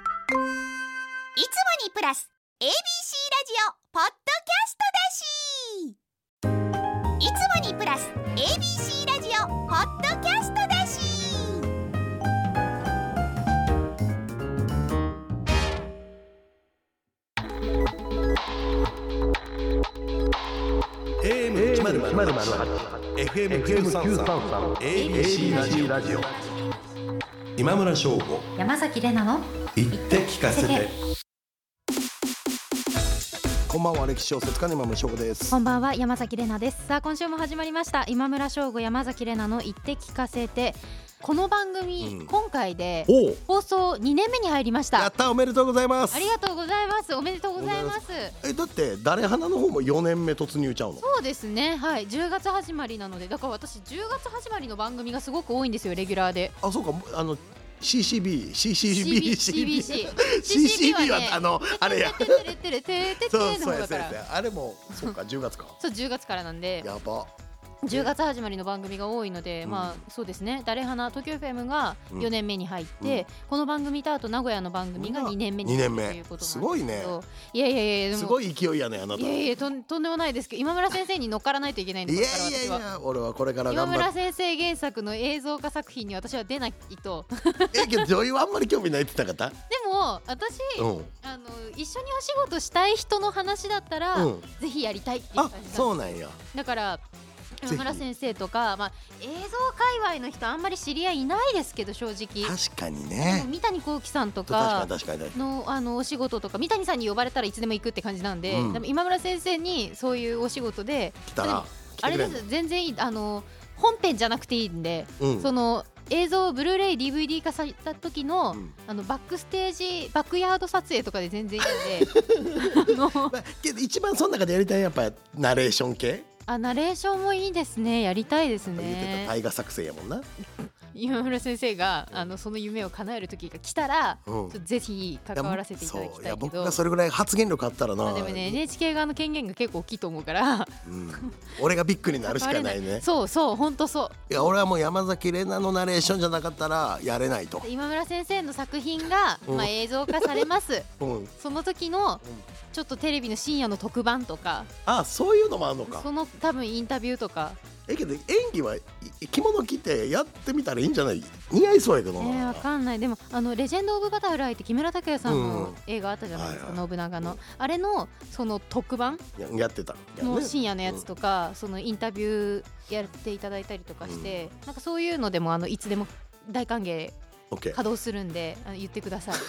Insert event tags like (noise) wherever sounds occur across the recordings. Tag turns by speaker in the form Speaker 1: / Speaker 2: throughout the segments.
Speaker 1: いつもにプラス ABC ラジオポッドキャストだしいつもにプラス ABC ラジオポッドキャストだし
Speaker 2: 今村翔吾
Speaker 3: 山崎れなの
Speaker 2: 言って聞かせて
Speaker 4: こんばんは歴史小説家の今村翔吾です
Speaker 3: こ。んばんは山崎れなですさあ今週も始まりました今村翔吾山崎れなの言って聞かせてこの番組、
Speaker 4: うん
Speaker 3: 今回で
Speaker 4: おお、
Speaker 3: 放送2年目に入りまし
Speaker 4: や
Speaker 3: た
Speaker 4: ったおめでとうございます
Speaker 3: あ。りがとうございますおめでとうございます
Speaker 4: えだって誰花の方も4年目突入ちゃうの。
Speaker 3: そうですねはい10月始まりなのでだから私10月始まりの番組がすごく多いんですよレギュラーで
Speaker 4: あそうかあの CCB CCB
Speaker 3: CBC
Speaker 4: CCB はあのあれや。
Speaker 3: てれてれてれてれて
Speaker 4: そう
Speaker 3: れの
Speaker 4: そう
Speaker 3: 方
Speaker 4: や
Speaker 3: だ
Speaker 4: そうや
Speaker 3: から
Speaker 4: そうやあれもそうか10月
Speaker 3: (laughs)
Speaker 4: か。
Speaker 3: そう10月からなんで
Speaker 4: やば。
Speaker 3: 10月始まりの番組が多いので、
Speaker 4: うん
Speaker 3: まあそうですね「誰花東京 FM」が
Speaker 4: うん
Speaker 3: 4年目に入って、この番組とあと名古屋の番組が2年目に
Speaker 4: 二
Speaker 3: 入
Speaker 4: 年
Speaker 3: る
Speaker 4: 目
Speaker 3: ということなんです
Speaker 4: すごいね
Speaker 3: いやいやいやですも
Speaker 4: ごい勢いやねあなた。
Speaker 3: いやいやとんとんでもないですけど今村先生に乗っからないといけないん
Speaker 4: い
Speaker 3: で
Speaker 4: や
Speaker 3: すから
Speaker 4: いやい
Speaker 3: 私は。
Speaker 4: や俺はこれから
Speaker 3: 今
Speaker 4: 頑張
Speaker 3: 村
Speaker 4: って
Speaker 3: 先生原作の映像化作品に私は出ないとで
Speaker 4: えけど女優はあんまり興味ないって言った方
Speaker 3: も私、
Speaker 4: うんうん
Speaker 3: あの一緒にお仕事したい人の話だったら、ぜひやりたいっていう感
Speaker 4: あ
Speaker 3: じなんです
Speaker 4: そうなんや
Speaker 3: だから
Speaker 4: ひ
Speaker 3: 今村先生とか、まあ、映像界隈の人あんまり知り合いいないですけど正直
Speaker 4: 確かに
Speaker 3: でも
Speaker 4: ね
Speaker 3: 三谷幸喜さんと
Speaker 4: 確か
Speaker 3: か
Speaker 4: に確かに
Speaker 3: のあのお仕事とか三谷さんに呼ばれたらいつでも行くって感じなんで、
Speaker 4: うん
Speaker 3: でも今村先生にそういうお仕事で
Speaker 4: 来たら来
Speaker 3: あ
Speaker 4: て
Speaker 3: れ
Speaker 4: くれ
Speaker 3: で
Speaker 4: んの
Speaker 3: す全然いいあの本編じゃなくていいんで、
Speaker 4: うん
Speaker 3: その映像をブルーレイ DVD 化された時の,、
Speaker 4: うん
Speaker 3: あのバックステージバックヤード撮影とかで全然いいん
Speaker 4: (laughs)
Speaker 3: であの
Speaker 4: まあ、けど一番その中でやりたいやっぱナレーション系、
Speaker 3: あナレーションもいいですねやりたいです
Speaker 4: 言って
Speaker 3: ね
Speaker 4: た大河作戦やもんな、
Speaker 3: 今村先生が、
Speaker 4: うん
Speaker 3: あのその夢を叶える時が来たら、
Speaker 4: うん
Speaker 3: ちょっとぜひ関わらせていただき
Speaker 4: そう
Speaker 3: た
Speaker 4: や
Speaker 3: いけ
Speaker 4: 僕
Speaker 3: ど
Speaker 4: がそれぐらい発言力あったらな、
Speaker 3: まあ、でもね NHK 側の権限が結構大きいと思うから
Speaker 4: うん、俺がビッグになるしか
Speaker 3: (laughs)
Speaker 4: ないね
Speaker 3: そうそう本当そう
Speaker 4: いや俺はもう山崎怜奈のナレーションじゃなかったらやれないと
Speaker 3: で、今村先生の作品が、
Speaker 4: うん
Speaker 3: まあ、映像化されます
Speaker 4: うん、
Speaker 3: その時のちょっとテレビの深夜の特番とか
Speaker 4: あそういうのもあんのか
Speaker 3: その多分インタビューとか、
Speaker 4: えけど演技はい着物着てやってみたらいいんじゃない似合いそうやけ
Speaker 3: え
Speaker 4: どな、
Speaker 3: ー、わかんないでもあの「レジェンド・オブ・バタフライ」って木村拓哉さん
Speaker 4: う
Speaker 3: の
Speaker 4: ん
Speaker 3: 映画あったじゃないですか、
Speaker 4: はいは
Speaker 3: 信長の、あれのその特番
Speaker 4: ややってたや
Speaker 3: の
Speaker 4: ね
Speaker 3: 深夜のやつとか、そのインタビューやっていただいたりとかして、なんかそういうのでもあのいつでも大歓迎
Speaker 4: オッケー
Speaker 3: 稼働するんであの言ってくださ
Speaker 4: (laughs)
Speaker 3: いい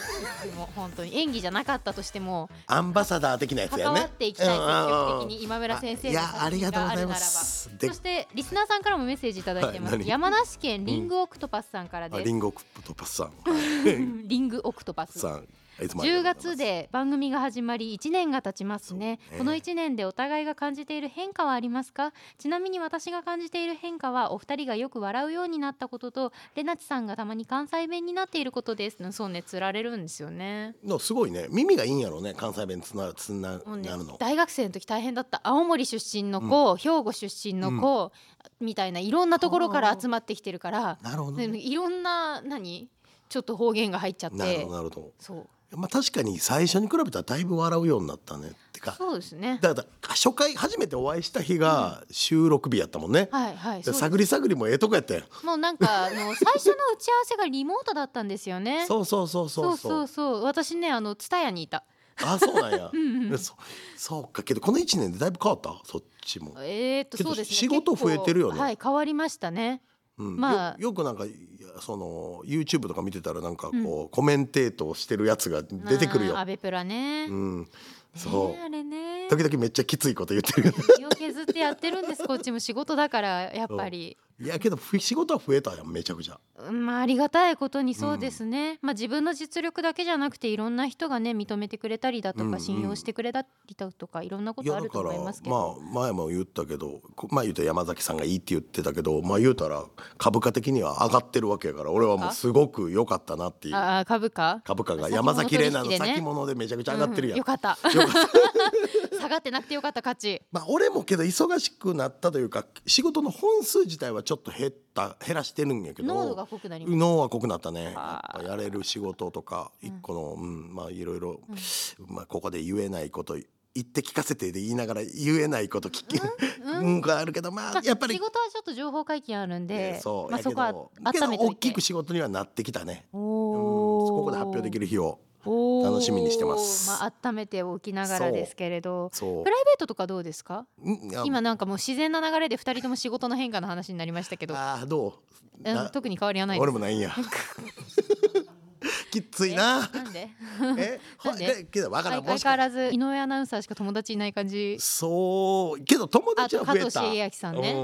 Speaker 3: つでも本当に演技じゃなかったとしても
Speaker 4: アンバサダー的なやつ
Speaker 3: 関
Speaker 4: やね
Speaker 3: わっていきたい積極的
Speaker 4: うんうんうん
Speaker 3: に今村先生
Speaker 4: あい
Speaker 3: の
Speaker 4: やあ
Speaker 3: 作
Speaker 4: り
Speaker 3: 品
Speaker 4: がとう
Speaker 3: が
Speaker 4: ござ
Speaker 3: あ
Speaker 4: い
Speaker 3: るな
Speaker 4: ま
Speaker 3: らば。
Speaker 4: すで
Speaker 3: そしてリスナーさんからもメッセージいただいてます、
Speaker 4: はい何
Speaker 3: 山梨県リングオクトパスさんから
Speaker 4: あ
Speaker 3: です、
Speaker 4: リンゴクップとパスさん
Speaker 3: (laughs)
Speaker 4: (laughs)
Speaker 3: リングオクトパス
Speaker 4: さんいつもあり
Speaker 3: 10
Speaker 4: がとうございます
Speaker 3: 月で番組が始まり1年が経ちますね
Speaker 4: そうね
Speaker 3: この1年でお互いが感じている変化はありますかちなみに私が感じている変化はお二人がよく笑うようになったこととレナチさんがたまに関西弁になっていることですそうね釣られるんですよね
Speaker 4: のすごいね耳がいいんやろうね関西弁つなつな
Speaker 3: もうね
Speaker 4: なるの
Speaker 3: 大学生の時大変だった青森出身の子、兵庫出身の子、みたいないろんなところから集まってきてるから、
Speaker 4: なるほど
Speaker 3: で
Speaker 4: ね
Speaker 3: いろんな何ちょっと方言が入っちゃっ
Speaker 4: なるほ
Speaker 3: て
Speaker 4: どなるほ
Speaker 3: そう
Speaker 4: どまあ確かに最初に比べたらだいぶ笑うようになったねってか
Speaker 3: そうですね
Speaker 4: だから初回初めてお会いした日が収録日やったもんね、
Speaker 3: はいはいそうです
Speaker 4: 探り探りもええとこやったよ
Speaker 3: もうなんかあの最初の打ち合わせがリモートだったんですよ
Speaker 4: (laughs)
Speaker 3: ね。
Speaker 4: そうそうそうそうそう
Speaker 3: そうそうそう私ねあのツタヤにいた。
Speaker 4: あそうなんや
Speaker 3: んうん
Speaker 4: そそうかけどこの1年でだいぶ変わったそっちも、
Speaker 3: えー、っと
Speaker 4: けど
Speaker 3: そうですね。
Speaker 4: 仕事増えてるよね
Speaker 3: 結構はい変わりましたね。
Speaker 4: うん
Speaker 3: まあ
Speaker 4: よよくなんかいやその YouTube とか見てたらなんかこう、コメンテートをしてるやつが出てくる
Speaker 3: あー
Speaker 4: よ
Speaker 3: ア、ベプラね。
Speaker 4: う
Speaker 3: ね
Speaker 4: ん、そう、
Speaker 3: あれね。
Speaker 4: 時々めっちゃきついこと言ってるよね
Speaker 3: 身を削ってやってるんですこっちも仕事だからやっぱり。
Speaker 4: いやけどふ仕事は増えたやんめちゃくちゃ
Speaker 3: うんまあありがたいことにそうですね、まあ自分の実力だけじゃなくていろんな人がね認めてくれたりだと
Speaker 4: うんう
Speaker 3: か
Speaker 4: ん
Speaker 3: 信用してくれたりだとかいろんなこ
Speaker 4: いや
Speaker 3: とあ
Speaker 4: だ
Speaker 3: ると
Speaker 4: から
Speaker 3: 思い
Speaker 4: ま
Speaker 3: ますけど
Speaker 4: あ前も言ったけどこ前言った山崎さんがいいって言ってたけどまあ言うたら株価的には上がってるわけやから俺はもうすごく良かったなっていう
Speaker 3: ああ株価
Speaker 4: 株価が
Speaker 3: 先
Speaker 4: 山
Speaker 3: 物
Speaker 4: 崎
Speaker 3: 取引
Speaker 4: 怜
Speaker 3: でね
Speaker 4: 奈の先物でめちゃくちゃ上がってるやん、
Speaker 3: よかった
Speaker 4: よかった
Speaker 3: (laughs) 下がってなくてよかった価値
Speaker 4: まあ俺もけど忙しくなったというか仕事の本数自体はちちょっと減った減らしてるんやけど
Speaker 3: 濃度が濃くなります
Speaker 4: 脳は濃くなったねや
Speaker 3: あー
Speaker 4: っぱやれる仕事とか一個の、うんまあいろいろ、まあ、ここで言えないこと言って聞かせてで言いながら言えないこと聞き、
Speaker 3: うん
Speaker 4: うん、があるけどま
Speaker 3: ま
Speaker 4: あ
Speaker 3: あ
Speaker 4: やっぱり
Speaker 3: 仕事はちょっと情報解禁あるんで、
Speaker 4: ねそう、
Speaker 3: まあ、
Speaker 4: や
Speaker 3: そ
Speaker 4: け
Speaker 3: こは
Speaker 4: どけど
Speaker 3: 温めと
Speaker 4: 大
Speaker 3: いて
Speaker 4: きく仕事にはなってきたね、うん、
Speaker 3: おー
Speaker 4: ここで発表できる日を
Speaker 3: おー
Speaker 4: 楽しみにしてます
Speaker 3: まあ温めておきながらですけれど
Speaker 4: そう
Speaker 3: プライベートとかどうですか
Speaker 4: うんあ
Speaker 3: 今なんかもう自然な流れで二人とも仕事の変化の話になりましたけど、
Speaker 4: あーどう
Speaker 3: うん
Speaker 4: な
Speaker 3: 特に変わりはないです
Speaker 4: 俺もないんや (laughs) きついな
Speaker 3: え (laughs) なんで
Speaker 4: え
Speaker 3: なんで
Speaker 4: ほけどわからん
Speaker 3: 相
Speaker 4: も
Speaker 3: 相
Speaker 4: し
Speaker 3: 変
Speaker 4: か
Speaker 3: わらず井上アナウンサーしか友達いない感じ
Speaker 4: そうけど友達は
Speaker 3: あと
Speaker 4: 増えた
Speaker 3: 加藤茂明さんね
Speaker 4: う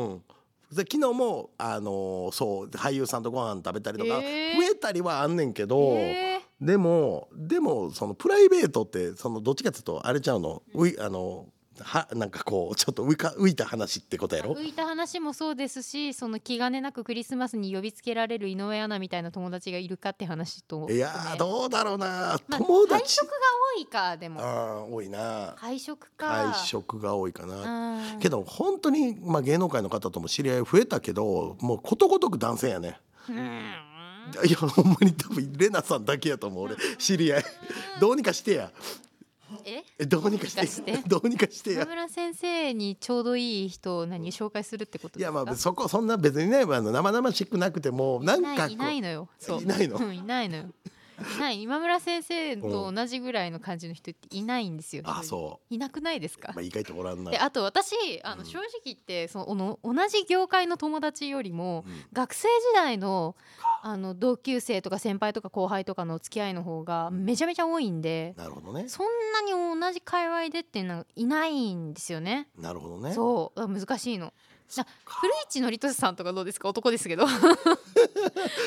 Speaker 4: ん、で昨日もあのーそう俳優さんとご飯食べたりとか、
Speaker 3: へー
Speaker 4: 増えたりはあんねんけど、
Speaker 3: へ
Speaker 4: でもでもそのプライベートってそのどっちかっていうとあれちゃうの、ういあのはなんかこうちょっと浮か浮いた話ってことやろ
Speaker 3: 浮いた話もそうですしその気兼ねなくクリスマスに呼びつけられる井上アナみたいな友達がいるかって話と、
Speaker 4: いや
Speaker 3: ね
Speaker 4: ーどうだろうな、
Speaker 3: まあ
Speaker 4: 友
Speaker 3: 配
Speaker 4: 達
Speaker 3: 色が多いかでも
Speaker 4: あー多いな
Speaker 3: 配色か
Speaker 4: 会食が多いかな、
Speaker 3: うん
Speaker 4: けど本当に、まあ、芸能界の方とも知り合い増えたけどもうことごとく男性やね
Speaker 3: うん
Speaker 4: いやほんまに多分レナさんだけやと思う俺知り合いどうにかしてや
Speaker 3: え
Speaker 4: えどうにかしてど
Speaker 3: ど
Speaker 4: うにかしてや
Speaker 3: 野村先生にちょうどいい人を何紹介するってこと
Speaker 4: い
Speaker 3: です
Speaker 4: や
Speaker 3: か
Speaker 4: まあそこそんな別にねあの生々しくなくてもなん
Speaker 3: い
Speaker 4: かこ
Speaker 3: ないういないのよそう
Speaker 4: いないの
Speaker 3: うんいないのよいない今村先生と同じぐらいの感じの人っていないんですよ、
Speaker 4: あそう
Speaker 3: いなくないですか、
Speaker 4: まあ意外とおらんな
Speaker 3: であと私あの正直言ってそのおの同じ業界の友達よりも、学生時代のあの同級生とか先輩とか後輩とかの付き合いの方がめちゃめちゃ多いんで
Speaker 4: なるほどね
Speaker 3: そんなに同じ界隈でっていうのはいないんですよね。
Speaker 4: なるほどね
Speaker 3: そうあ難しいの。
Speaker 4: そっ
Speaker 3: な古市憲寿さんとかどうですか男ですけど
Speaker 4: (laughs)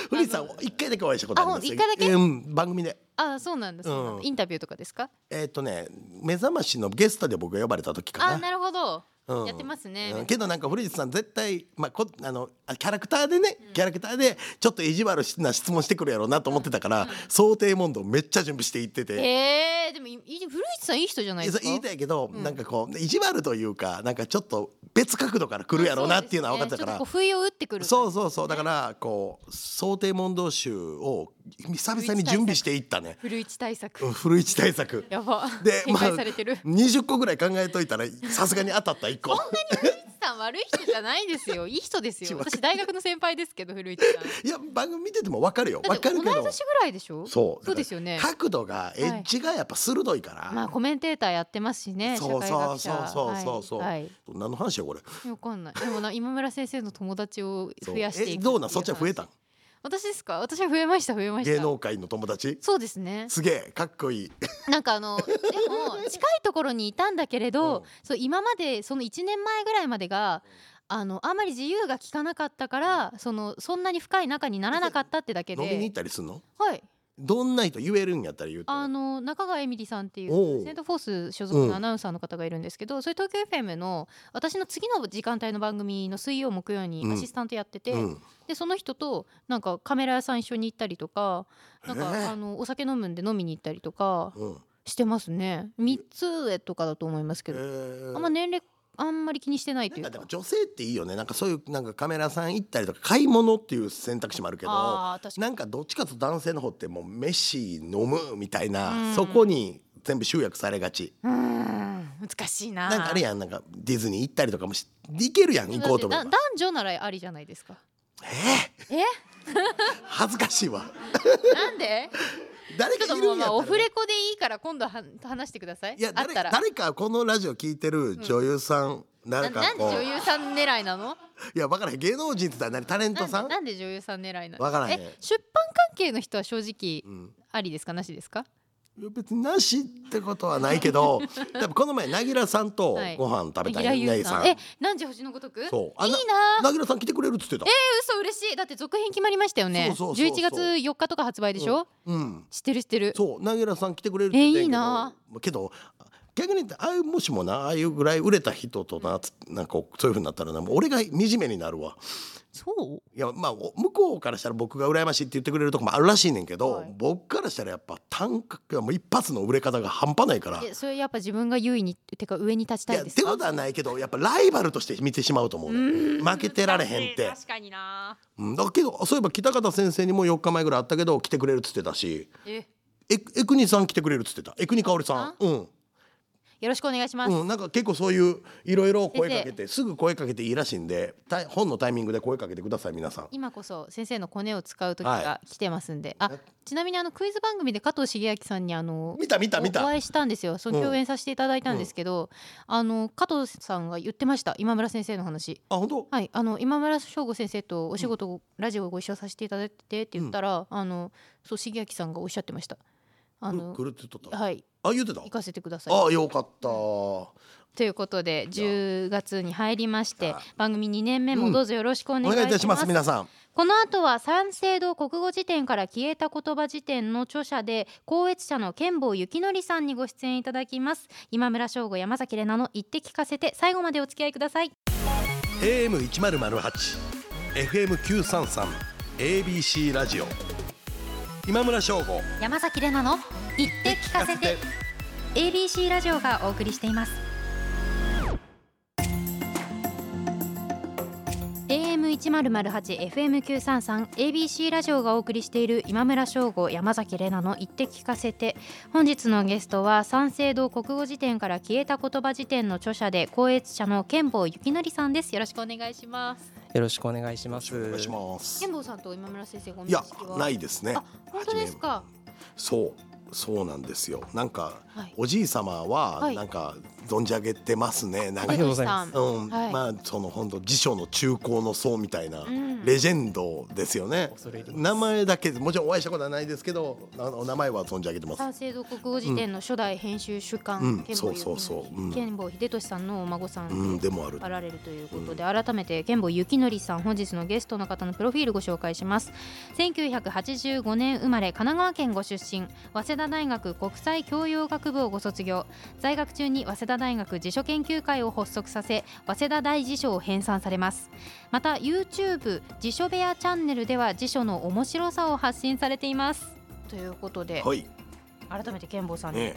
Speaker 4: 古市さん一回だけお会いしたことありますよ
Speaker 3: あほん一回だけ
Speaker 4: うん番組で
Speaker 3: あそうなんです、そうなんだ
Speaker 4: うん
Speaker 3: インタビューとかですか
Speaker 4: えっ、とね目覚ましのゲストで僕が呼ばれた時かな
Speaker 3: あなるほど、
Speaker 4: うん
Speaker 3: やってますね、
Speaker 4: うんけどなんか古市さん絶対、まあ、こあのあキャラクターでね、キャラクターでちょっと意地悪な質問してくるやろうなと思ってたから、想定問答めっちゃ準備していってて。
Speaker 3: えー、でもいい古市さんいい人じゃない
Speaker 4: い
Speaker 3: で
Speaker 4: やそ
Speaker 3: す
Speaker 4: う
Speaker 3: か
Speaker 4: 言いたいけど、なんかこう意地悪というかなんかちょっと別角度から来るやろうなっていうのは分かってたから、
Speaker 3: そうですねちょっとこう不意を打ってくる
Speaker 4: そうそうそうだからこう想定問答集を久々に準備していったね
Speaker 3: 古市対策、
Speaker 4: うん古市対策
Speaker 3: や
Speaker 4: (laughs)
Speaker 3: ば
Speaker 4: で
Speaker 3: 展開されてる、
Speaker 4: 20個ぐらい考えといたらさすがに当たった1個
Speaker 3: (laughs) 古市さん悪い人じゃないですよいい人ですよ
Speaker 4: 違う
Speaker 3: 私大学の先輩ですけど古市
Speaker 4: (laughs)
Speaker 3: さん
Speaker 4: いや番組見てても分かるよ
Speaker 3: だっ
Speaker 4: 分か
Speaker 3: て同
Speaker 4: る
Speaker 3: い
Speaker 4: けど
Speaker 3: 年ぐらいでしょ
Speaker 4: そう
Speaker 3: そうですよね
Speaker 4: だから角度がエッジがやっぱ鋭いから、
Speaker 3: まあコメンテーターやってますしね
Speaker 4: そうそうそう
Speaker 3: 社会学者
Speaker 4: そうそうそう、
Speaker 3: はい、はい
Speaker 4: 何の話よこれ
Speaker 3: わかんない。でもな今村先生の友達を増やしていくってい
Speaker 4: え
Speaker 3: う
Speaker 4: どうなんそっちは増えたん
Speaker 3: 私ですか私は増えました増えました
Speaker 4: 芸能界の友達
Speaker 3: そうです
Speaker 4: (laughs)
Speaker 3: ね
Speaker 4: すげえかっこいい
Speaker 3: なんかあのでも近いところにいたんだけれど、
Speaker 4: うん
Speaker 3: そう今までその1年前ぐらいまでがあのあんまり自由が利かなかったからそのそんなに深い仲にならなかったってだけ
Speaker 4: 飲みに行
Speaker 3: で
Speaker 4: っ、たりすんの
Speaker 3: はい、
Speaker 4: どんな人言えるんやったら言うて
Speaker 3: あの中川恵美里さんってい
Speaker 4: お
Speaker 3: う
Speaker 4: う
Speaker 3: セント・フォース所属
Speaker 4: うん
Speaker 3: のアナウンサーの方がいるんですけど、それ東京 FM の私の次の時間帯の番組の水曜木曜に
Speaker 4: うん
Speaker 3: アシスタントやってて、
Speaker 4: うん
Speaker 3: でその人となんかカメラ屋さん一緒に行ったりとかなんか、
Speaker 4: えー
Speaker 3: あのお酒飲むんで飲みに行ったりとか
Speaker 4: うん
Speaker 3: してますね3つ上とかだと思いますけ
Speaker 4: え
Speaker 3: ど、
Speaker 4: ー
Speaker 3: あんま年齢あんまり気にしてないと
Speaker 4: ないん
Speaker 3: う
Speaker 4: かで
Speaker 3: か
Speaker 4: も女性っていいよねなんかそういうなんかカメラさん行ったりとか買い物っていう選択肢もあるけど
Speaker 3: あー確かに
Speaker 4: なんかどっちかというと男性の方ってもう飯飲むみたいな、
Speaker 3: うん
Speaker 4: そこに全部集約されがち
Speaker 3: うーん難しいな
Speaker 4: なんかあれやんなんかディズニー行ったりとかもし行けるやん行こうと思
Speaker 3: だ
Speaker 4: え
Speaker 3: っ
Speaker 4: ば
Speaker 3: てだ男女ならありじゃないですか
Speaker 4: え
Speaker 3: え
Speaker 4: ー (laughs) 恥ずかしいわ
Speaker 3: なんで
Speaker 4: 誰
Speaker 3: ちょっ
Speaker 4: か
Speaker 3: と
Speaker 4: い
Speaker 3: も
Speaker 4: る
Speaker 3: うんま
Speaker 4: やっ
Speaker 3: あ
Speaker 4: た
Speaker 3: オ
Speaker 4: ら
Speaker 3: フレコでいいから今度は話してください
Speaker 4: いや
Speaker 3: あっ
Speaker 4: 誰
Speaker 3: たら
Speaker 4: 誰かこのラジオ聞いてる女優さん、
Speaker 3: な
Speaker 4: 誰
Speaker 3: ん
Speaker 4: か
Speaker 3: なんで
Speaker 4: こう
Speaker 3: 女優さん狙いなの
Speaker 4: いや分からへん芸能人って言ったら何タレント
Speaker 3: な
Speaker 4: さん
Speaker 3: んなんで女優さん狙いなの
Speaker 4: わからへん
Speaker 3: え出版関係の人は正直
Speaker 4: うん
Speaker 3: ありですかなしですか
Speaker 4: いや別になしってことはないけ
Speaker 3: (laughs)
Speaker 4: ど多分この前なぎらさんと
Speaker 3: はい
Speaker 4: ご飯食べた
Speaker 3: 柳楽
Speaker 4: な
Speaker 3: 優
Speaker 4: ぎさん,、
Speaker 3: え何時星のごとく
Speaker 4: そう
Speaker 3: い
Speaker 4: あ
Speaker 3: い
Speaker 4: な
Speaker 3: なあ
Speaker 4: なぎらさん来てくれるっつってた
Speaker 3: 嘘嬉しいだって続編決まりましたよね
Speaker 4: そうそうそうそう
Speaker 3: 11月4日とか発売でしょ、
Speaker 4: うん
Speaker 3: 知ってる知ってる
Speaker 4: そうなぎらさん来てくれるって言ってん
Speaker 3: えいい
Speaker 4: けど
Speaker 3: な
Speaker 4: けど逆にああいうもしもなああいうぐらい売れた人となつなんかこうそういうふうになったらなもう俺が惨めになるわ
Speaker 3: そう
Speaker 4: いやまあお向こうからしたら僕が羨ましいって言ってくれるとこもあるらしいねんけど、
Speaker 3: はい
Speaker 4: 僕からしたらやっぱ単価がもう一発の売れ方が半端ないから。
Speaker 3: えそれやっぱ自分が優位にてか上に立ち
Speaker 4: い
Speaker 3: たい
Speaker 4: や
Speaker 3: で
Speaker 4: っ
Speaker 3: す
Speaker 4: て
Speaker 3: か
Speaker 4: ことはないけどやっぱライバルとして見てしまうと思うね負けてられへんって、
Speaker 3: 確かにな
Speaker 4: うん、だけどそういえば北方先生にも4日前ぐらいあったけど来てくれるっつってたし
Speaker 3: え
Speaker 4: えエクニさん来てくれるっつってたエクニカオルさんうん
Speaker 3: よろしくお願いします、
Speaker 4: うん、なんか結構そういういろいろ声かけてすぐ声かけていいらしいんでた本のタイミングで声かけてください皆さん
Speaker 3: 今こそ先生のコネを使う時
Speaker 4: は
Speaker 3: が来てますんで、あちなみにあのクイズ番組で加藤茂明さんにあの
Speaker 4: 見た見た見
Speaker 3: おお
Speaker 4: た
Speaker 3: 会いしたんですよその
Speaker 4: うん
Speaker 3: 共演させていただいたんですけど、あの加藤さんが言ってました今村先生の話
Speaker 4: あ本当
Speaker 3: はいあの今村翔吾先生とお仕事を、ラジオをご一緒させていただいててって言ったら、あのそう茂明さんがおっしゃってましたあの
Speaker 4: くるって言っとった
Speaker 3: はい
Speaker 4: あ言ってた
Speaker 3: 行かせてください
Speaker 4: あよかった
Speaker 3: ということで10月に入りまして
Speaker 4: はい
Speaker 3: 番組2年目もどうぞよろしくお
Speaker 4: お
Speaker 3: 願いし
Speaker 4: 願いい
Speaker 3: ま
Speaker 4: た
Speaker 3: す,、
Speaker 4: します皆さん
Speaker 3: この後は三省堂国語辞典から消えた言葉辞典の著者で高越者の剣坊幸則さんにご出演いただきます今村翔吾山崎怜奈の言って聞かせて最後までお付き合いください
Speaker 4: AM 一ゼロゼロ八 FM 九三三 ABC ラジオ今村翔吾
Speaker 3: 山崎怜奈の言って聞かせて ABC ラジオがお送りしています AM1008 FM933 ABC ラジオがお送りしている今村翔吾山崎怜奈の言って聞かせて本日のゲストは三省堂国語辞典から消えた言葉辞典の著者で校閲者の剣坊幸則さんですよろしくお願いします
Speaker 5: よろしくお願いします。
Speaker 4: お願いします
Speaker 3: 剣坊さんと今村先生ご面
Speaker 4: いや
Speaker 3: 識は
Speaker 4: ないですね
Speaker 3: あ本当ですか
Speaker 4: そうそうなんですよなんか、
Speaker 3: はい
Speaker 4: おじい様は
Speaker 3: はい
Speaker 4: なんか存じ上げてますねなん
Speaker 5: あ
Speaker 4: か
Speaker 5: りがとうございます
Speaker 3: 出口さん
Speaker 4: うん
Speaker 3: はい
Speaker 4: まあその本当辞書の中高の層みたいな
Speaker 3: うん
Speaker 4: レジェンドですよね、
Speaker 5: 恐れ入ります
Speaker 4: 名前だけもちろんお会いしたことはないですけどあのお名前は存じ上げてます
Speaker 3: 三省堂国語辞典の初代編集主幹、
Speaker 4: うん
Speaker 3: 剣
Speaker 4: そ
Speaker 3: 坊
Speaker 4: うそうそううん
Speaker 3: 剣坊秀俊さんのお孫さん
Speaker 4: うんでもある
Speaker 3: あられるということで、改めて剣坊幸則さん本日のゲストの方のプロフィールご紹介します1985年生まれ神奈川県ご出身早稲田大学国際教養学部をご卒業在学中に早稲田大学辞書研究会を発足させ早稲田大辞書を編纂されますまた YouTube 辞書部屋チャンネルでは辞書の面白さを発信されていますということで、
Speaker 4: はい、
Speaker 3: 改めて剣坊さんに
Speaker 4: ね、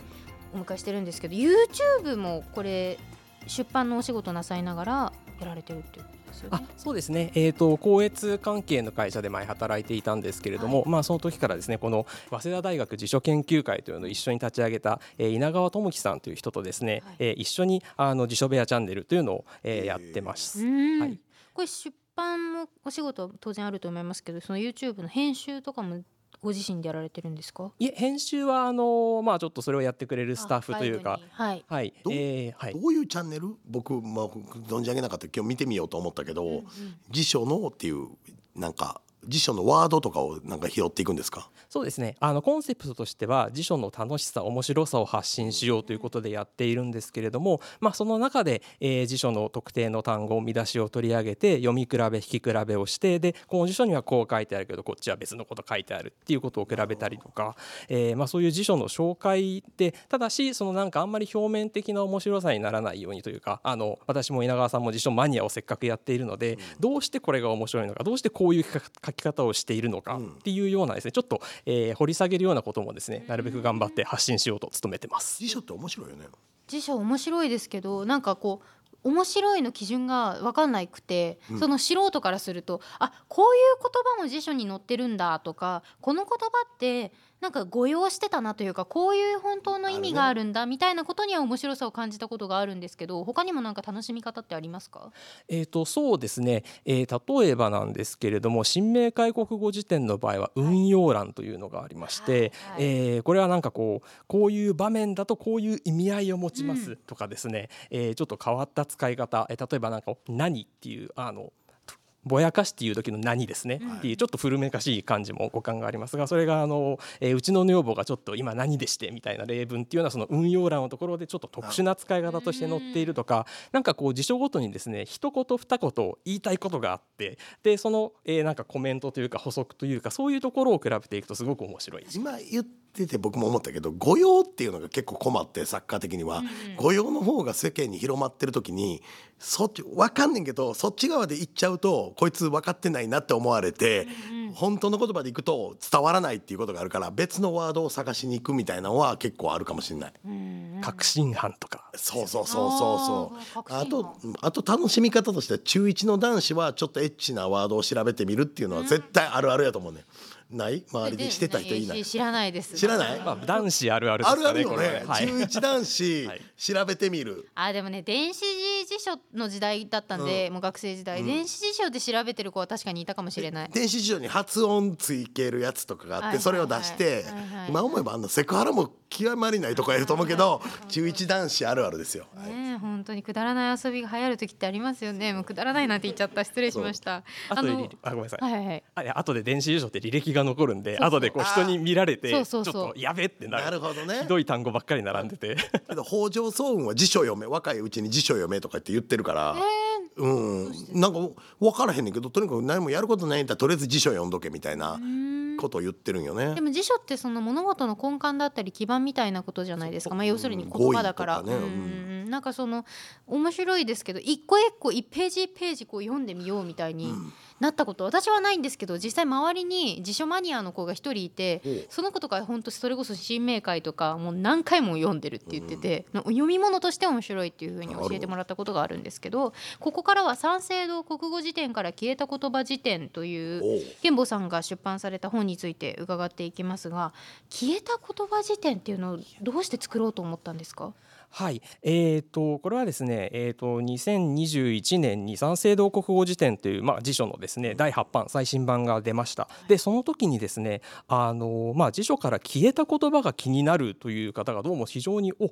Speaker 3: お迎えしてるんですけど、YouTube もこれ出版のお仕事なさいながらやられてるっていうことですよ
Speaker 5: あ
Speaker 3: ね。
Speaker 5: そうですね、えー、と校閲関係の会社で前働いていたんですけれども、まあ、その時からですねこの早稲田大学辞書研究会というのを一緒に立ち上げた、えー稲川智樹さんという人とですね、
Speaker 3: はい
Speaker 5: えー一緒にあの辞書部屋チャンネルというのを、えーやってま
Speaker 3: う
Speaker 5: す。
Speaker 3: ん、
Speaker 5: はい
Speaker 3: これ出版もお仕事は当然あると思いますけどその YouTube の編集とかもご自身でやられてるんですか
Speaker 5: いえ編集はあの、まあ、ちょっとそれをやってくれるスタッフという
Speaker 3: あ
Speaker 5: か
Speaker 3: 外部に。はい、
Speaker 5: はい
Speaker 4: どう
Speaker 5: えーはい、
Speaker 4: どういうチャンネル僕、まあ、存じ上げなかった今日見てみようと思ったけど、辞書のっていうなんか辞書のワードとかをなんか拾っていくんですか
Speaker 5: そうですねあのコンセプトとしては辞書の楽しさ面白さを発信しようということでやっているんですけれども、まあ、その中で、えー辞書の特定の単語見出しを取り上げて読み比べ引き比べをしてでこの辞書にはこう書いてあるけどこっちは別のこと書いてあるっていうことを比べたりとか、えーまあ、そういう辞書の紹介でただしそのなんかあんまり表面的な面白さにならないようにというかあの私も稲川さんも辞書マニアをせっかくやっているので、どうしてこれが面白いのかどうしてこういう書き書き方をしているのかっていうようなですねちょっと、えー掘り下げるようなこともですねなるべく頑張って発信しようと努めてます。
Speaker 4: 辞書って面白いよね
Speaker 3: 辞書面白いですけどなんかこう面白いの基準が分かんなくて、その素人からするとあこういう言葉も辞書に載ってるんだとかこの言葉ってなんか誤用してたなというかこういう本当の意味があるんだみたいなことには面白さを感じたことがあるんですけど他にもなんか楽しみ方ってありますか
Speaker 5: えー、とそうですね、えー例えばなんですけれども新明解国語辞典の場合は運用欄というのがありまして、
Speaker 3: はいはい
Speaker 5: えーこれはなんかこうこういう場面だとこういう意味合いを持ちますとかですね、えーちょっと変わった使い方、えー例えばなんか「何?」っていうあのぼやかしっていう時の何ですね、っていうちょっと古めかしい感じも五感がありますがそれがあの、えーうちの女房がちょっと今何でしてみたいな例文っていうのはその運用欄のところでちょっと特殊な使い方として載っているとかなんかこう辞書ごとにですね一言二言言いたいことがあってでその、えーなんかコメントというか補足というかそういうところを比べていくとすごく面白い。
Speaker 4: 今言ってて僕も思ったけど御用っていうのが結構困ってサッカー的には、御用の方が世間に広まってる時にそっち分かんねんけどそっち側で行っちゃうとこいつ分かってないなって思われて、本当の言葉で行くと伝わらないっていうことがあるから別のワードを探しに行くみたいなのは結構あるかもしれない。
Speaker 3: うん
Speaker 5: 確信犯とか
Speaker 4: そうそうそうそうそう
Speaker 3: あー確信
Speaker 4: あと
Speaker 3: 犯
Speaker 4: うんあと楽しみ方としては中1の男子はちょっとエッチなワードを調べてみるっていうのは絶対あるあるやと思うね、ない周りでしてた人いない
Speaker 3: え知らないです
Speaker 4: 知らない
Speaker 5: まあ、男子あるあるで
Speaker 4: あ
Speaker 5: す
Speaker 4: るあ
Speaker 5: かね
Speaker 4: るよ
Speaker 5: これ
Speaker 4: ね
Speaker 5: ははい
Speaker 4: 中一男
Speaker 3: (laughs)
Speaker 4: 子
Speaker 5: はい
Speaker 4: 調べてみる
Speaker 3: あでもね電子辞書の時代だったんで、もう学生時代、電子辞書で調べてる子は確かにいたかもしれない
Speaker 4: 電子辞書に発音ついけるやつとかがあっ
Speaker 3: はいはいは
Speaker 4: て
Speaker 3: い
Speaker 4: それを出して
Speaker 3: はいはい
Speaker 4: 今思えばあんなセクハラも極まりないとこやると思うけ
Speaker 3: (laughs)
Speaker 4: ど中一男子あるあるですよ。はい
Speaker 3: ねえ本当にくだらない遊びが流行る時ってありますよねもうくだらないなんて言っちゃった失礼しました
Speaker 5: あとで
Speaker 3: の
Speaker 5: リリあごめんなさい、
Speaker 3: はいはいはい
Speaker 5: あいや後で電子辞書って履歴が残るんで後でこう人に見られて
Speaker 3: そうそうそう
Speaker 5: ちょっとやべってなる
Speaker 4: なるほどね
Speaker 5: ひどい単語ばっかり並んでて
Speaker 4: けど北条早雲は辞書読め若いうちに辞書読めとかって言ってるから、うんなんか分からへんねんけどとにかく何もやることないんだったらとりあえず辞書読んどけみたいなことを言ってるんよね
Speaker 3: で。も辞書ってその物事の根幹だったり基盤みたいなことじゃないですか、まあ、要するに言葉だから、
Speaker 4: 語彙とかね
Speaker 3: うんうんなんかその面白いですけど一個一個一ページ一ページこう読んでみようみたいになったこと、私はないんですけど実際周りに辞書マニアの子が一人いてその子とか本当それこそ新明解とかもう何回も読んでるって言ってて、の読み物として面白いっていうふうに教えてもらったことがあるんですけどここからは三省堂国語辞典から消えた言葉辞典という
Speaker 4: おう
Speaker 3: 玄坊さんが出版された本について伺っていきますが消えた言葉辞典っていうのをどうして作ろうと思ったんですか
Speaker 5: はいえー、とこれはですね、えー、と2021年に三省堂国語辞典という、まあ、辞書のですね第8版最新版が出ましたでその時にですねあの、まあ、辞書から消えた言葉が気になるという方がどうも非常にお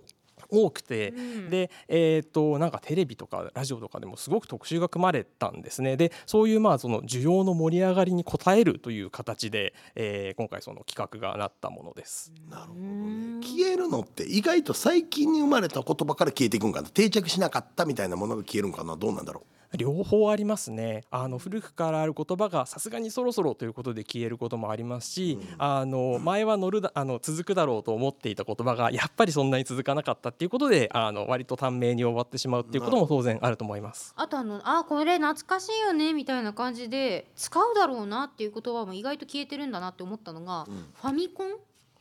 Speaker 5: 多くて、で、えー、となんかテレビとかラジオとかでもすごく特集が組まれたんですねでそういうまあその需要の盛り上がりに応えるという形で、えー今回その企画がなったものです。
Speaker 4: なるほどね消えるのって意外と最近に生まれた言葉から消えていくんかな定着しなかったみたいなものが消えるんかなどうなんだろう
Speaker 5: 両方ありますねあの古くからある言葉がさすがにそろそろということで消えることもありますし、あの前は乗るだあの続くだろうと思っていた言葉がやっぱりそんなに続かなかったっていうことであの割と短命に終わってしまうっていうことも当然あると思います。
Speaker 3: あとあの「あこれ懐かしいよね」みたいな感じで使うだろうなっていう言葉も意外と消えてるんだなって思ったのが、ファミコン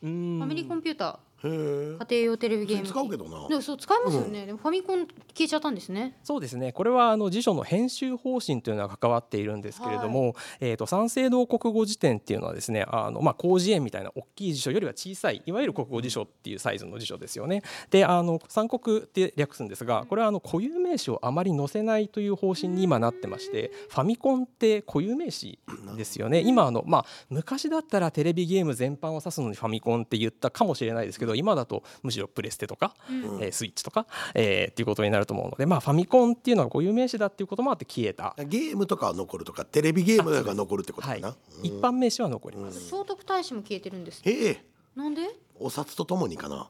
Speaker 5: うん
Speaker 3: ファミリーコンピュータ
Speaker 4: へえ
Speaker 3: ー家庭用テレビゲーム機
Speaker 4: 使うけどな
Speaker 3: でもそう使いますよね、でもファミコン消えちゃったんですね
Speaker 5: そうですねこれはあの辞書の編集方針というのが関わっているんですけれども、えー、と三省堂国語辞典っていうのはですねあの、まあ、広辞苑みたいな大きい辞書よりは小さいいわゆる国語辞書っていうサイズの辞書ですよね。であの三国って略すんですがこれはあの固有名詞をあまり載せないという方針に今なってましてファミコンって固有名詞ですよね。今あの、まあ、昔だったらテレビゲーム全般を指すのにファミコンって言ったかもしれないですけど今だとむしろプレステとか、えースイッチとか、えーっていうことになると思うので、まあ、ファミコンっていうのは固有名詞だっていうこともあって消えた、
Speaker 4: ゲームとかは残るとかテレビゲームが残るってこと
Speaker 5: は
Speaker 4: か
Speaker 5: い
Speaker 4: な、
Speaker 5: 一般名詞は残ります。
Speaker 3: 聖徳太子も消えてるんです
Speaker 4: へえ
Speaker 3: なんで
Speaker 4: お札とともにかな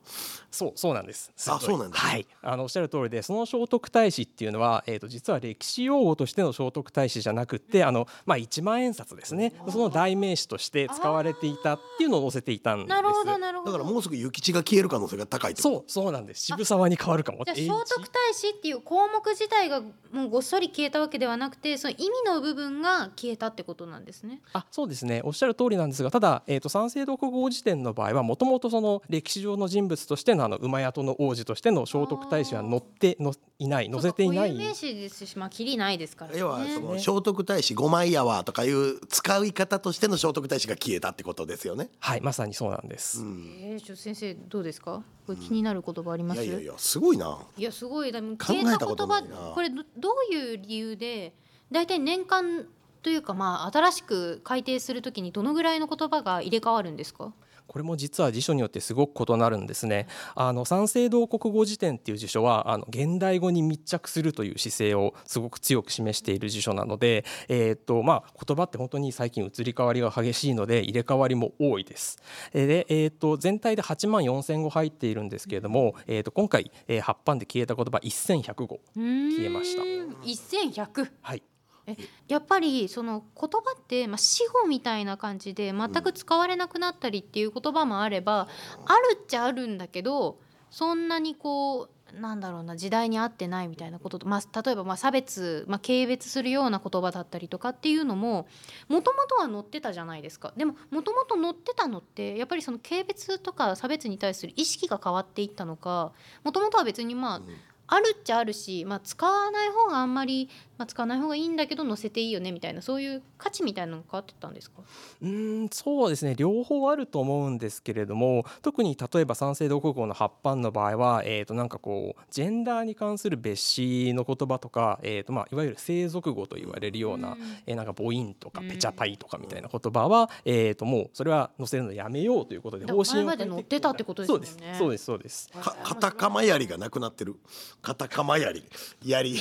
Speaker 5: そうそうなんです。
Speaker 4: あそうなんだ
Speaker 5: はい、あのおっしゃる通りで、その聖徳太子っていうのは、えっ、と実は歴史用語としての聖徳太子じゃなくて、あのまあ一万円札ですね。その代名詞として使われていたっていうのを載せていたんです。
Speaker 3: なるほどなるほ
Speaker 4: だ
Speaker 3: ど
Speaker 4: からもうすぐ諭吉が消える可能性が高いってこと
Speaker 5: そうそうなんです。渋沢に変わるかも。
Speaker 3: じゃあ聖
Speaker 5: 栄一
Speaker 3: 徳太子っていう項目自体がもうごっそり消えたわけではなくてその意味の部分が消えたってことなんですね。
Speaker 5: あそうですねおっしゃる通りなんですがただ、えー、と三省堂国語辞典の場合はもともとその歴史上の人物としてのあの馬宿の王子としての聖徳太子は載ってのいない載せていな
Speaker 3: そうか固有名
Speaker 5: い
Speaker 3: 詞ですし、まあキリないですからね。
Speaker 4: 要はその聖徳太子五枚やわとかいう使い方としての聖徳太子が消えたってことですよね。
Speaker 5: はいまさにそうなんです、
Speaker 3: えー、ちょっと先生どうですか？これ気になる言葉ありま
Speaker 4: い
Speaker 3: す？
Speaker 4: やいやいやすごいな。
Speaker 3: いやすごいだも
Speaker 4: 考
Speaker 3: 消
Speaker 4: え
Speaker 3: えた
Speaker 4: た
Speaker 3: 言
Speaker 4: こと
Speaker 3: 葉
Speaker 4: ないな
Speaker 3: これどどういう理由で大体年間というかまあ新しく改訂するときにどのぐらいの言葉が入れ替わるんですか？
Speaker 5: これも実は辞書によってすごく異なるんですね。あの三省堂国語辞典っていう辞書はあの現代語に密着するという姿勢をすごく強く示している辞書なので、えーっとまあ言葉って本当に最近移り変わりが激しいので入れ替わりも多いです。えーで、えーっと全体で8万4000語入っているんですけれども、えーっと今回、えー、8版で消えた言葉1100語消えました。
Speaker 3: 一千百。
Speaker 5: はい。
Speaker 3: えやっぱりその言葉って、まあ、死語みたいな感じで全く使われなくなったりっていう言葉もあれば、あるっちゃあるんだけどそんなにこうなんだろうな時代に合ってないみたいなことと、まあ、例えばまあ差別、まあ、軽蔑するような言葉だったりとかっていうのももともとは載ってたじゃないですかでももともと載ってたのってやっぱりその軽蔑とか差別に対する意識が変わっていったのかもともとは別にまああるっちゃあるし、まあ、使わない方があんまり、まあ、使わない方がいいんだけど載せていいよねみたいなそういう価値みたいなのが変わってったんですか
Speaker 5: うーんそうですね両方あると思うんですけれども特に例えば三省堂高校の発版の場合は、えー、となんかこうジェンダーに関する別詞の言葉とか、えーとまあ、いわゆる生俗語と言われるような,、えーなんか母音とか
Speaker 3: うん
Speaker 5: ペチャパイとかみたいな言葉は、えー、ともうそれは載せるのやめようということで
Speaker 3: だ
Speaker 5: 方針を
Speaker 3: 前まで
Speaker 5: 変え
Speaker 3: 載ってたってことです
Speaker 5: そ
Speaker 3: も
Speaker 5: うん
Speaker 3: ね
Speaker 5: ですそうですそうです
Speaker 4: かカタカマ槍がなくなってるカタカマ槍槍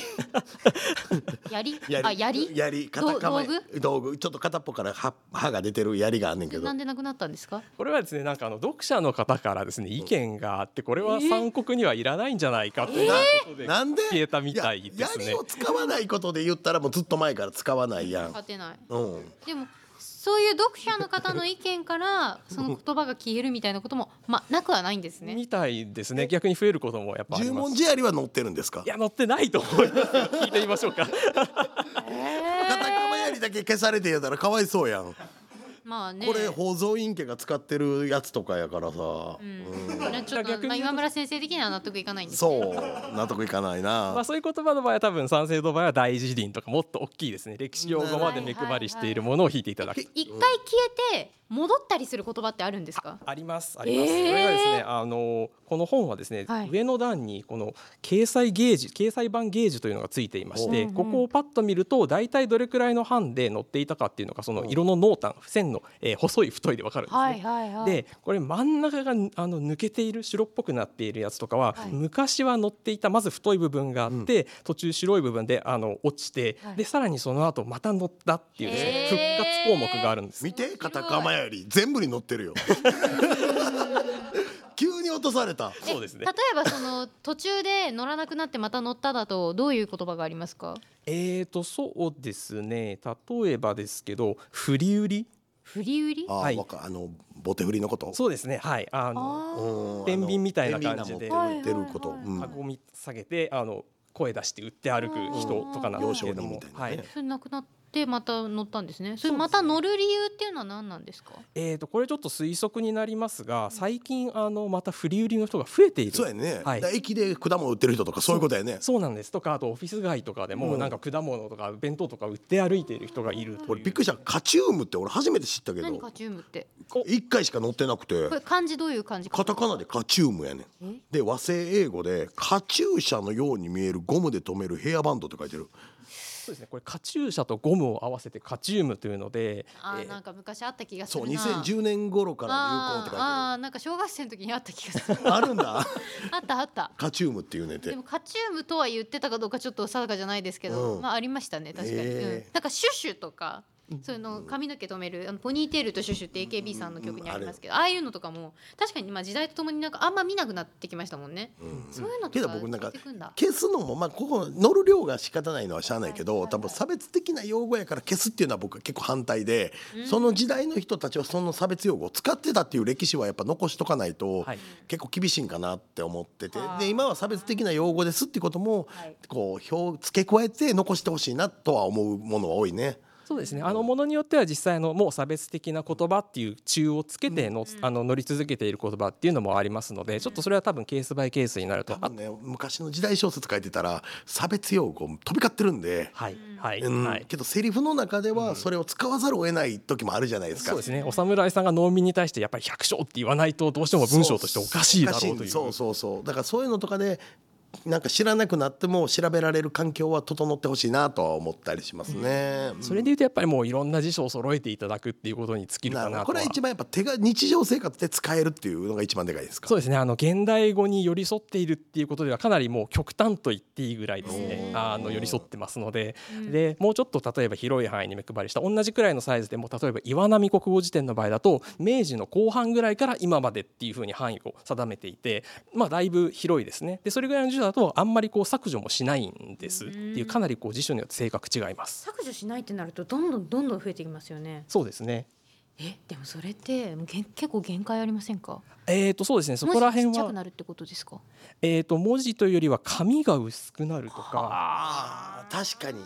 Speaker 3: やり
Speaker 4: 槍
Speaker 3: (laughs) あやり
Speaker 4: 槍カタカマ
Speaker 3: ど道
Speaker 4: 道具ちょっと片っぽから歯歯が出てる槍があんねんけど
Speaker 3: なんでなくなったんですか
Speaker 5: これはですねなんかあの読者の方からですね意見があってこれは三国にはいらないんじゃないかということで
Speaker 4: なんで
Speaker 5: 消えたみたいですね
Speaker 4: や槍を使わないことで言ったらもうずっと前から使わないやん
Speaker 3: 勝てない
Speaker 4: うん
Speaker 3: でもそういう読者の方の意
Speaker 4: (laughs)
Speaker 3: 見からその言葉が消えるみたいなことも、まあ、なくはないんですね
Speaker 5: みたいですね逆に増えることもやっぱあり
Speaker 4: 十
Speaker 5: ま
Speaker 4: 文
Speaker 5: す
Speaker 4: 字槍は乗ってるんですか
Speaker 5: いや乗ってないと思います聞いてみましょうか
Speaker 4: カタカマ槍だけ消されてやったらかわいそうやん
Speaker 3: まあね
Speaker 4: これ宝蔵院家が使ってるやつとかやからさ、
Speaker 3: ねちょっと、まあ、今村先生的には納得いかないんですね
Speaker 4: そう納得いかないな、
Speaker 5: まあそういう言葉の場合は多分三省堂の場合は大辞林とかもっと大きいですね歴史用語まで目配りしているものを引いていただく
Speaker 3: 一回消えて戻ったりする言葉ってあるんですか
Speaker 5: ありますあります、
Speaker 3: えー
Speaker 5: これがですねあのこの本はですね、
Speaker 3: はい
Speaker 5: 上の段にこの掲載ゲージ掲載版ゲージというのがついていまして、
Speaker 3: おう
Speaker 5: ここをパッと見ると大体どれくらいの版で載っていたかっていうのがその色の濃淡線の、えー細い太いでわかるんですね、
Speaker 3: はいは
Speaker 5: でこれ真ん中があの抜けている白っぽくなっているやつとかは、
Speaker 3: はい
Speaker 5: 昔は乗っていたまず太い部分があって、途中白い部分であの落ちて、
Speaker 3: はい
Speaker 5: でさらにその後また乗ったっていうですね
Speaker 3: へー
Speaker 5: 復活項目があるんです。
Speaker 4: 見てカタカマ槍全部に乗って
Speaker 3: (laughs)
Speaker 4: るよ急に落とされた
Speaker 5: そうですね
Speaker 3: 例えばその途中で乗らなくなってまた乗っただとどういう言葉がありますか
Speaker 5: えーとそうですね例えばですけど振り売り
Speaker 3: 振り売り
Speaker 4: あ、
Speaker 5: はい
Speaker 4: わかあのボテ振りのこと
Speaker 5: そうですねはいあの
Speaker 4: う
Speaker 3: あー
Speaker 4: ん
Speaker 5: 天秤みたいな感じ
Speaker 4: 天秤
Speaker 5: で
Speaker 4: が持ってること、
Speaker 3: はいはい
Speaker 4: うん
Speaker 5: 箱み下げてあの声出して売って歩く人とかなんですけれど
Speaker 4: うん
Speaker 5: も
Speaker 4: 幼少年み、た
Speaker 5: はい
Speaker 4: ないね
Speaker 3: それなくなってまた乗ったんですねそれまた乗る理由っていうのは何なんですか
Speaker 5: えー、とこれちょっと推測になりますが最近あのまた振り売りの人が増えている
Speaker 4: そうやね、
Speaker 5: はい
Speaker 4: 唾液で果物売ってる人とかそういうことやね
Speaker 5: そうなんですとかあとオフィス街とかでもなんか果物とか弁当とか売って歩いている人がいると
Speaker 4: 俺
Speaker 5: い
Speaker 4: びっ
Speaker 5: う
Speaker 4: くりしたカチウムって俺初めて知ったけど
Speaker 3: 何カチウムって
Speaker 4: 一回しか乗ってなくて
Speaker 3: これ漢字どういう漢字
Speaker 4: カタカナでカチウムやねんで和製英語でカチューシャのように見えるゴムで留めるヘアバンドって書いてる
Speaker 5: そうですねこれカチューシャとゴムを合わせてカチウムというので、
Speaker 3: あ
Speaker 5: え
Speaker 3: ー
Speaker 5: ー
Speaker 3: なんか昔あった気がす
Speaker 4: そ
Speaker 3: る
Speaker 4: う
Speaker 3: な
Speaker 4: 2010年頃から有効って書いて
Speaker 3: あーあーなんか小学生の時にあった気が
Speaker 4: (laughs)
Speaker 3: する
Speaker 4: るあるんだ
Speaker 3: あったあった
Speaker 4: カチウムっていうねんて
Speaker 3: でもカチウムとは言ってたかどうかちょっと定かじゃないですけど、
Speaker 4: うん
Speaker 3: まあありましたね確かに、
Speaker 4: へえ
Speaker 3: うんなんかシュシュとかそういうの髪の毛留めるあのポニーテールとシュシュって AKB さんの曲にありますけど、ああいうのとかも確かにまあ時代とともになんかあんま見なくなってきましたもんね、そういうのと
Speaker 4: け
Speaker 3: か
Speaker 4: ど僕なん
Speaker 3: 消え
Speaker 4: か
Speaker 3: てくんだ
Speaker 4: 消すのもまあここ乗る量が仕方ないのはしゃあないけど、
Speaker 3: はいはいはい
Speaker 4: 多分差別的な用語やから消すっていうのは僕は結構反対で、その時代の人たちはその差別用語を使ってたっていう歴史はやっぱ残しとかないと、
Speaker 5: はい
Speaker 4: 結構厳しいんかなって思ってて
Speaker 3: はあ
Speaker 4: で今は差別的な用語ですってことも、
Speaker 3: はい
Speaker 4: こう表付け加えて残してほしいなとは思うものは多いね。
Speaker 5: そうですねあのものによっては実際のもう差別的な言葉っていう中をつけての、あの乗り続けている言葉っていうのもありますのでちょっとそれは多分ケースバイケースになると
Speaker 4: 多分ね昔の時代小説書いてたら差別用語飛び交ってるんで。
Speaker 5: はいはい、
Speaker 4: うん
Speaker 5: はい
Speaker 4: けどセリフの中ではそれを使わざるを得ない時もあるじゃないですか。
Speaker 5: そうですね。お侍さんが農民に対してやっぱり百姓って言わないとどうしても文章としておかしいだろうという。
Speaker 4: そうそうそうだからそういうのとかでなんか知らなくなっても調べられる環境は整ってほしいなとは思ったりしますね。
Speaker 5: それでいうとやっぱりもういろんな辞書を揃えていただくっていうことに尽きる
Speaker 4: な
Speaker 5: か
Speaker 4: るほ
Speaker 5: な
Speaker 4: ど
Speaker 5: と
Speaker 4: こ
Speaker 5: は
Speaker 4: れは一番やっぱ手が日常生活で使えるっていうのが一番でかいですか
Speaker 5: そうですねあの現代語に寄り添っているっていうことではかなりもう極端と言っていいぐらいですねあの寄り添ってますので,、でもうちょっと例えば広い範囲に目配りした同じくらいのサイズでも例えば岩波国語辞典の場合だと明治の後半ぐらいから今までっていうふうに範囲を定めていて、まあ、だいぶ広いですねでそれぐらいの辞書だとあんまりこう削除もしないんですっていうかなりこう辞書によって性格違います。
Speaker 6: 削除しないってなるとどんどんどんどん増えてきますよね
Speaker 5: そうですね。
Speaker 3: えでもそれってもうげん結構限界ありませんか
Speaker 5: えっ、とそうですね。そこら辺
Speaker 3: 文字ちっちゃく
Speaker 5: は
Speaker 3: なるってことですか
Speaker 5: えっ、と文字というよりは紙が薄くなるとか、
Speaker 4: あー確かに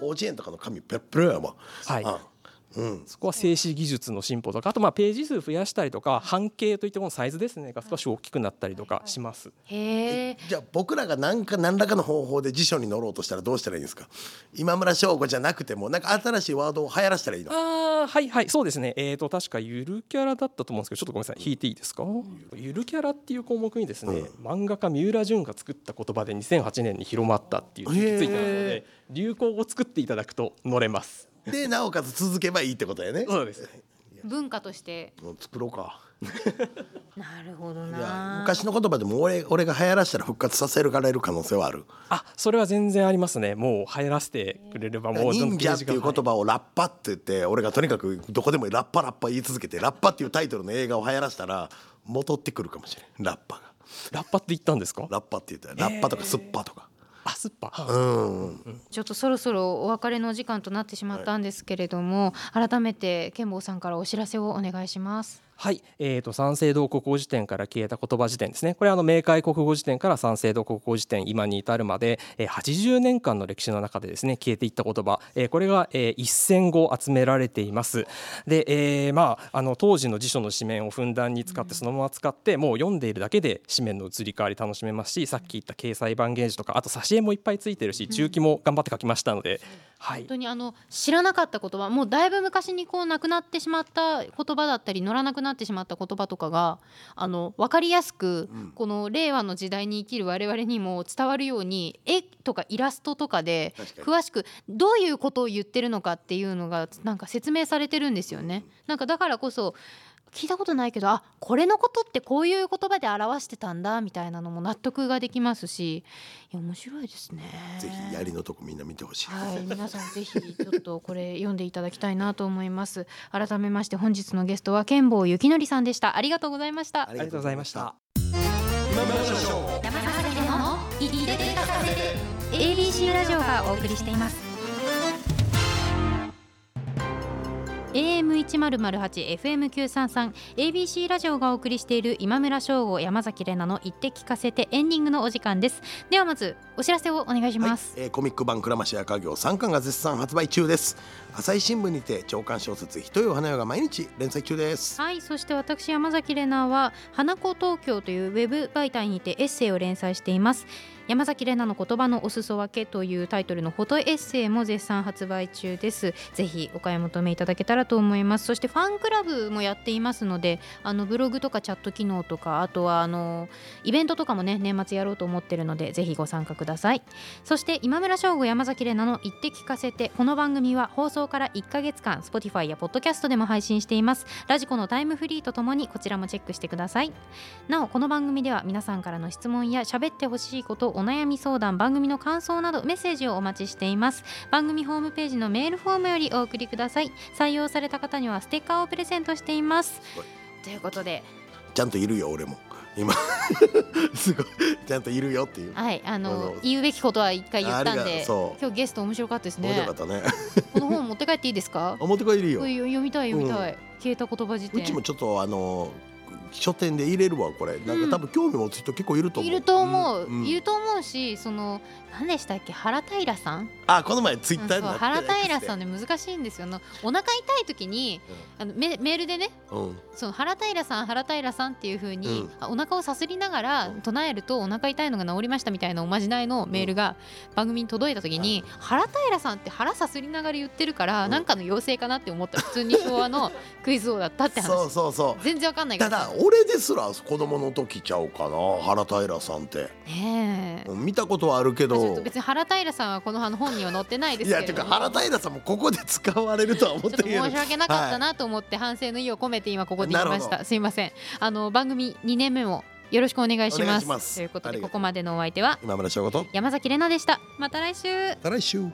Speaker 4: 広辞苑とかの紙ペロペロやもん
Speaker 5: はい。
Speaker 4: うんうん
Speaker 5: そこは静止技術の進歩とかあとまあページ数増やしたりとか半径といってもサイズですねが少し大きくなったりとかします。
Speaker 3: へえ
Speaker 4: じゃあ僕らが何か何らかの方法で辞書に載ろうとしたらどうしたらいいんですか今村翔吾じゃなくてもなんか新しいワードを流行らしたらいいの
Speaker 5: ああはいはいそうですねえー、と確かゆるキャラだったと思うんですけどちょっとごめんなさい引いていいですか、ゆるキャラっていう項目にですね、漫画家三浦淳が作った言葉で2008年に広まったっていうのがついてますので流行語を作っていただくと乗れます
Speaker 4: でなおかつ続けばいいってことやね
Speaker 5: そうです
Speaker 3: 文化として
Speaker 4: もう作ろうか
Speaker 6: なるほど
Speaker 4: いや
Speaker 6: な
Speaker 4: 昔の言葉でも俺俺が流行らしたら復活させるかられる可能性はある
Speaker 5: あそれは全然ありますねもう流行らせてくれればもう
Speaker 4: 忍者っていう言
Speaker 5: は
Speaker 4: 葉をラッパって言って俺がとにかくどこでもラッパラッパ言い続けてラッパっていうタイトルの映画を流行らしたら戻ってくるかもしれんラッパが
Speaker 5: いラッパって言ったんですか
Speaker 4: ラッパって言ったらラッパとかスッパとか、
Speaker 5: あスッパー
Speaker 3: ちょっとそろそろお別れの時間となってしまったんですけれども、改めて健坊さんからお知らせをお願いします。
Speaker 5: はい、えー、と三省堂国語辞典から消えた言葉辞典ですねこれはあの明解国語辞典から三省堂国語辞典今に至るまで、えー、80年間の歴史の中でですね消えていった言葉、えーこれが、えー、1000語集められていますで、えーまあ、あの当時の辞書の紙面をふんだんに使ってそのまま使ってもう読んでいるだけで紙面の移り変わり楽しめますしさっき言った掲載番ゲージとかあと挿絵もいっぱいついてるし中期も頑張って書きましたので、は
Speaker 3: 本
Speaker 5: い
Speaker 3: 当にあの知らなかった言葉もうだいぶ昔にこうなくなってしまった言葉だったり乗らなくなってしまった言葉とかがあの分かりやすく、この令和の時代に生きる我々にも伝わるように絵とかイラストとかで詳しくどういうことを言ってるのかっていうのがなんか説明されてるんですよね。なんかだからこそ聞いたことないけどあこれのことってこういう言葉で表してたんだみたいなのも納得ができますしいや面白いですね。
Speaker 4: ぜひ槍のとこみんな見てほしい、
Speaker 3: (laughs) はい、皆さんぜひちょっとこれ読んでいただきたいなと思います。改めまして本日のゲストは剣坊ゆきのりさんでした。ありがとうございました。
Speaker 5: ありがとうございました。
Speaker 1: 山崎でも聞いて聞かせて ABC ラジオがお送りしています
Speaker 3: AM 一0 0 8 FM 九三三 ABC ラジオがお送りしている今村翔吾山崎れなの言って聞かせてエンディングのお時間です。ではまずお知らせをお願いします。
Speaker 4: はいえーコミック版「倉増赤行」3巻が絶賛発売中です朝日新聞にて長官小説「ひとよ花よ」が毎日連載中です
Speaker 3: はいそして私山崎怜奈は「花子東京」というウェブ媒体にてエッセイを連載しています山崎怜奈の言葉のお裾分けというタイトルのフォトエッセイも絶賛発売中ですぜひお買い求めいただけたらと思いますそしてファンクラブもやっていますのであのブログとかチャット機能とかあとはあのイベントとかもね年末やろうと思ってるのでぜひご参加くださいそして今村翔吾山崎怜奈の「言って聞かせて」この番組は放送から1ヶ月間 Spotify や Podcast でも配信していますラジコのタイムフリーとともにこちらもチェックしてくださいなおこの番組では皆さんからの質問や喋ってほしいことお悩み相談番組の感想などメッセージをお待ちしています番組ホームページのメールフォームよりお送りください採用された方にはステッカーをプレゼントしています
Speaker 4: ごい
Speaker 3: ということで
Speaker 4: ちゃんといるよ俺も
Speaker 3: (laughs)
Speaker 4: 今すごいちゃんといるよっていう
Speaker 3: はいあの
Speaker 4: あの
Speaker 3: 言うべきことは一回言ったん
Speaker 4: あり
Speaker 3: で
Speaker 4: がそう
Speaker 3: 今日ゲスト面白かったです
Speaker 4: 面白
Speaker 3: ね
Speaker 4: かったね
Speaker 3: この本持って帰っていいですか
Speaker 4: 表がいるよ
Speaker 3: うん読みたい読みたい、消えた言葉辞
Speaker 4: う
Speaker 3: 典
Speaker 4: ちもちょっとあの書店で入れるわこれなんか多分興味持つ人結構いると思、
Speaker 3: いうると思う、
Speaker 4: うんうん
Speaker 3: いると思うしその何でしたっけ原平さん
Speaker 4: あこの前ツイッター
Speaker 3: そう
Speaker 4: になって
Speaker 3: 原平さん
Speaker 4: ん、
Speaker 3: ね難しいんですよあのお腹痛い時にあのメメールでね
Speaker 4: うん、
Speaker 3: その原平さん原平さんっていう風に、
Speaker 4: うん
Speaker 3: あお腹をさすりながら
Speaker 4: うん
Speaker 3: 唱えるとお腹痛いのが治りましたみたいなおまじないのメールが番組に届いた時に、原平さんって腹さすりながら言ってるから、
Speaker 4: うん
Speaker 3: なんかの妖精かなって思った普通に昭
Speaker 4: (laughs)
Speaker 3: 和のクイズ王だったって話
Speaker 4: そうそうそ
Speaker 3: 全然わかんな
Speaker 4: う
Speaker 3: いか
Speaker 4: た
Speaker 3: ら
Speaker 4: だ俺ですら子供の時ちゃうかな原平さんって
Speaker 3: ねえ
Speaker 4: うん見たことはあるけ
Speaker 3: まあちょ
Speaker 4: ど
Speaker 3: っと別に原平さんはこの本には載ってないで
Speaker 4: い
Speaker 3: すけ
Speaker 4: や
Speaker 3: れ
Speaker 4: て
Speaker 3: ど
Speaker 4: か
Speaker 3: も
Speaker 4: 原平さんもここで使われるとは思
Speaker 3: ち
Speaker 4: っ
Speaker 3: ょってと
Speaker 4: る
Speaker 3: 申し訳なかったなと思って反省の意を込めて今ここで言いま
Speaker 4: な
Speaker 3: し
Speaker 4: るほ
Speaker 3: たすいませんあの番組2年目もよろしくお願いし
Speaker 4: お願
Speaker 3: ま
Speaker 4: い
Speaker 3: す
Speaker 4: します
Speaker 3: ということ
Speaker 4: あ
Speaker 3: で
Speaker 4: りがう
Speaker 3: ことこまでのお相手は
Speaker 4: 今村翔吾と
Speaker 3: 山崎れなでしたまた来週
Speaker 4: 再来週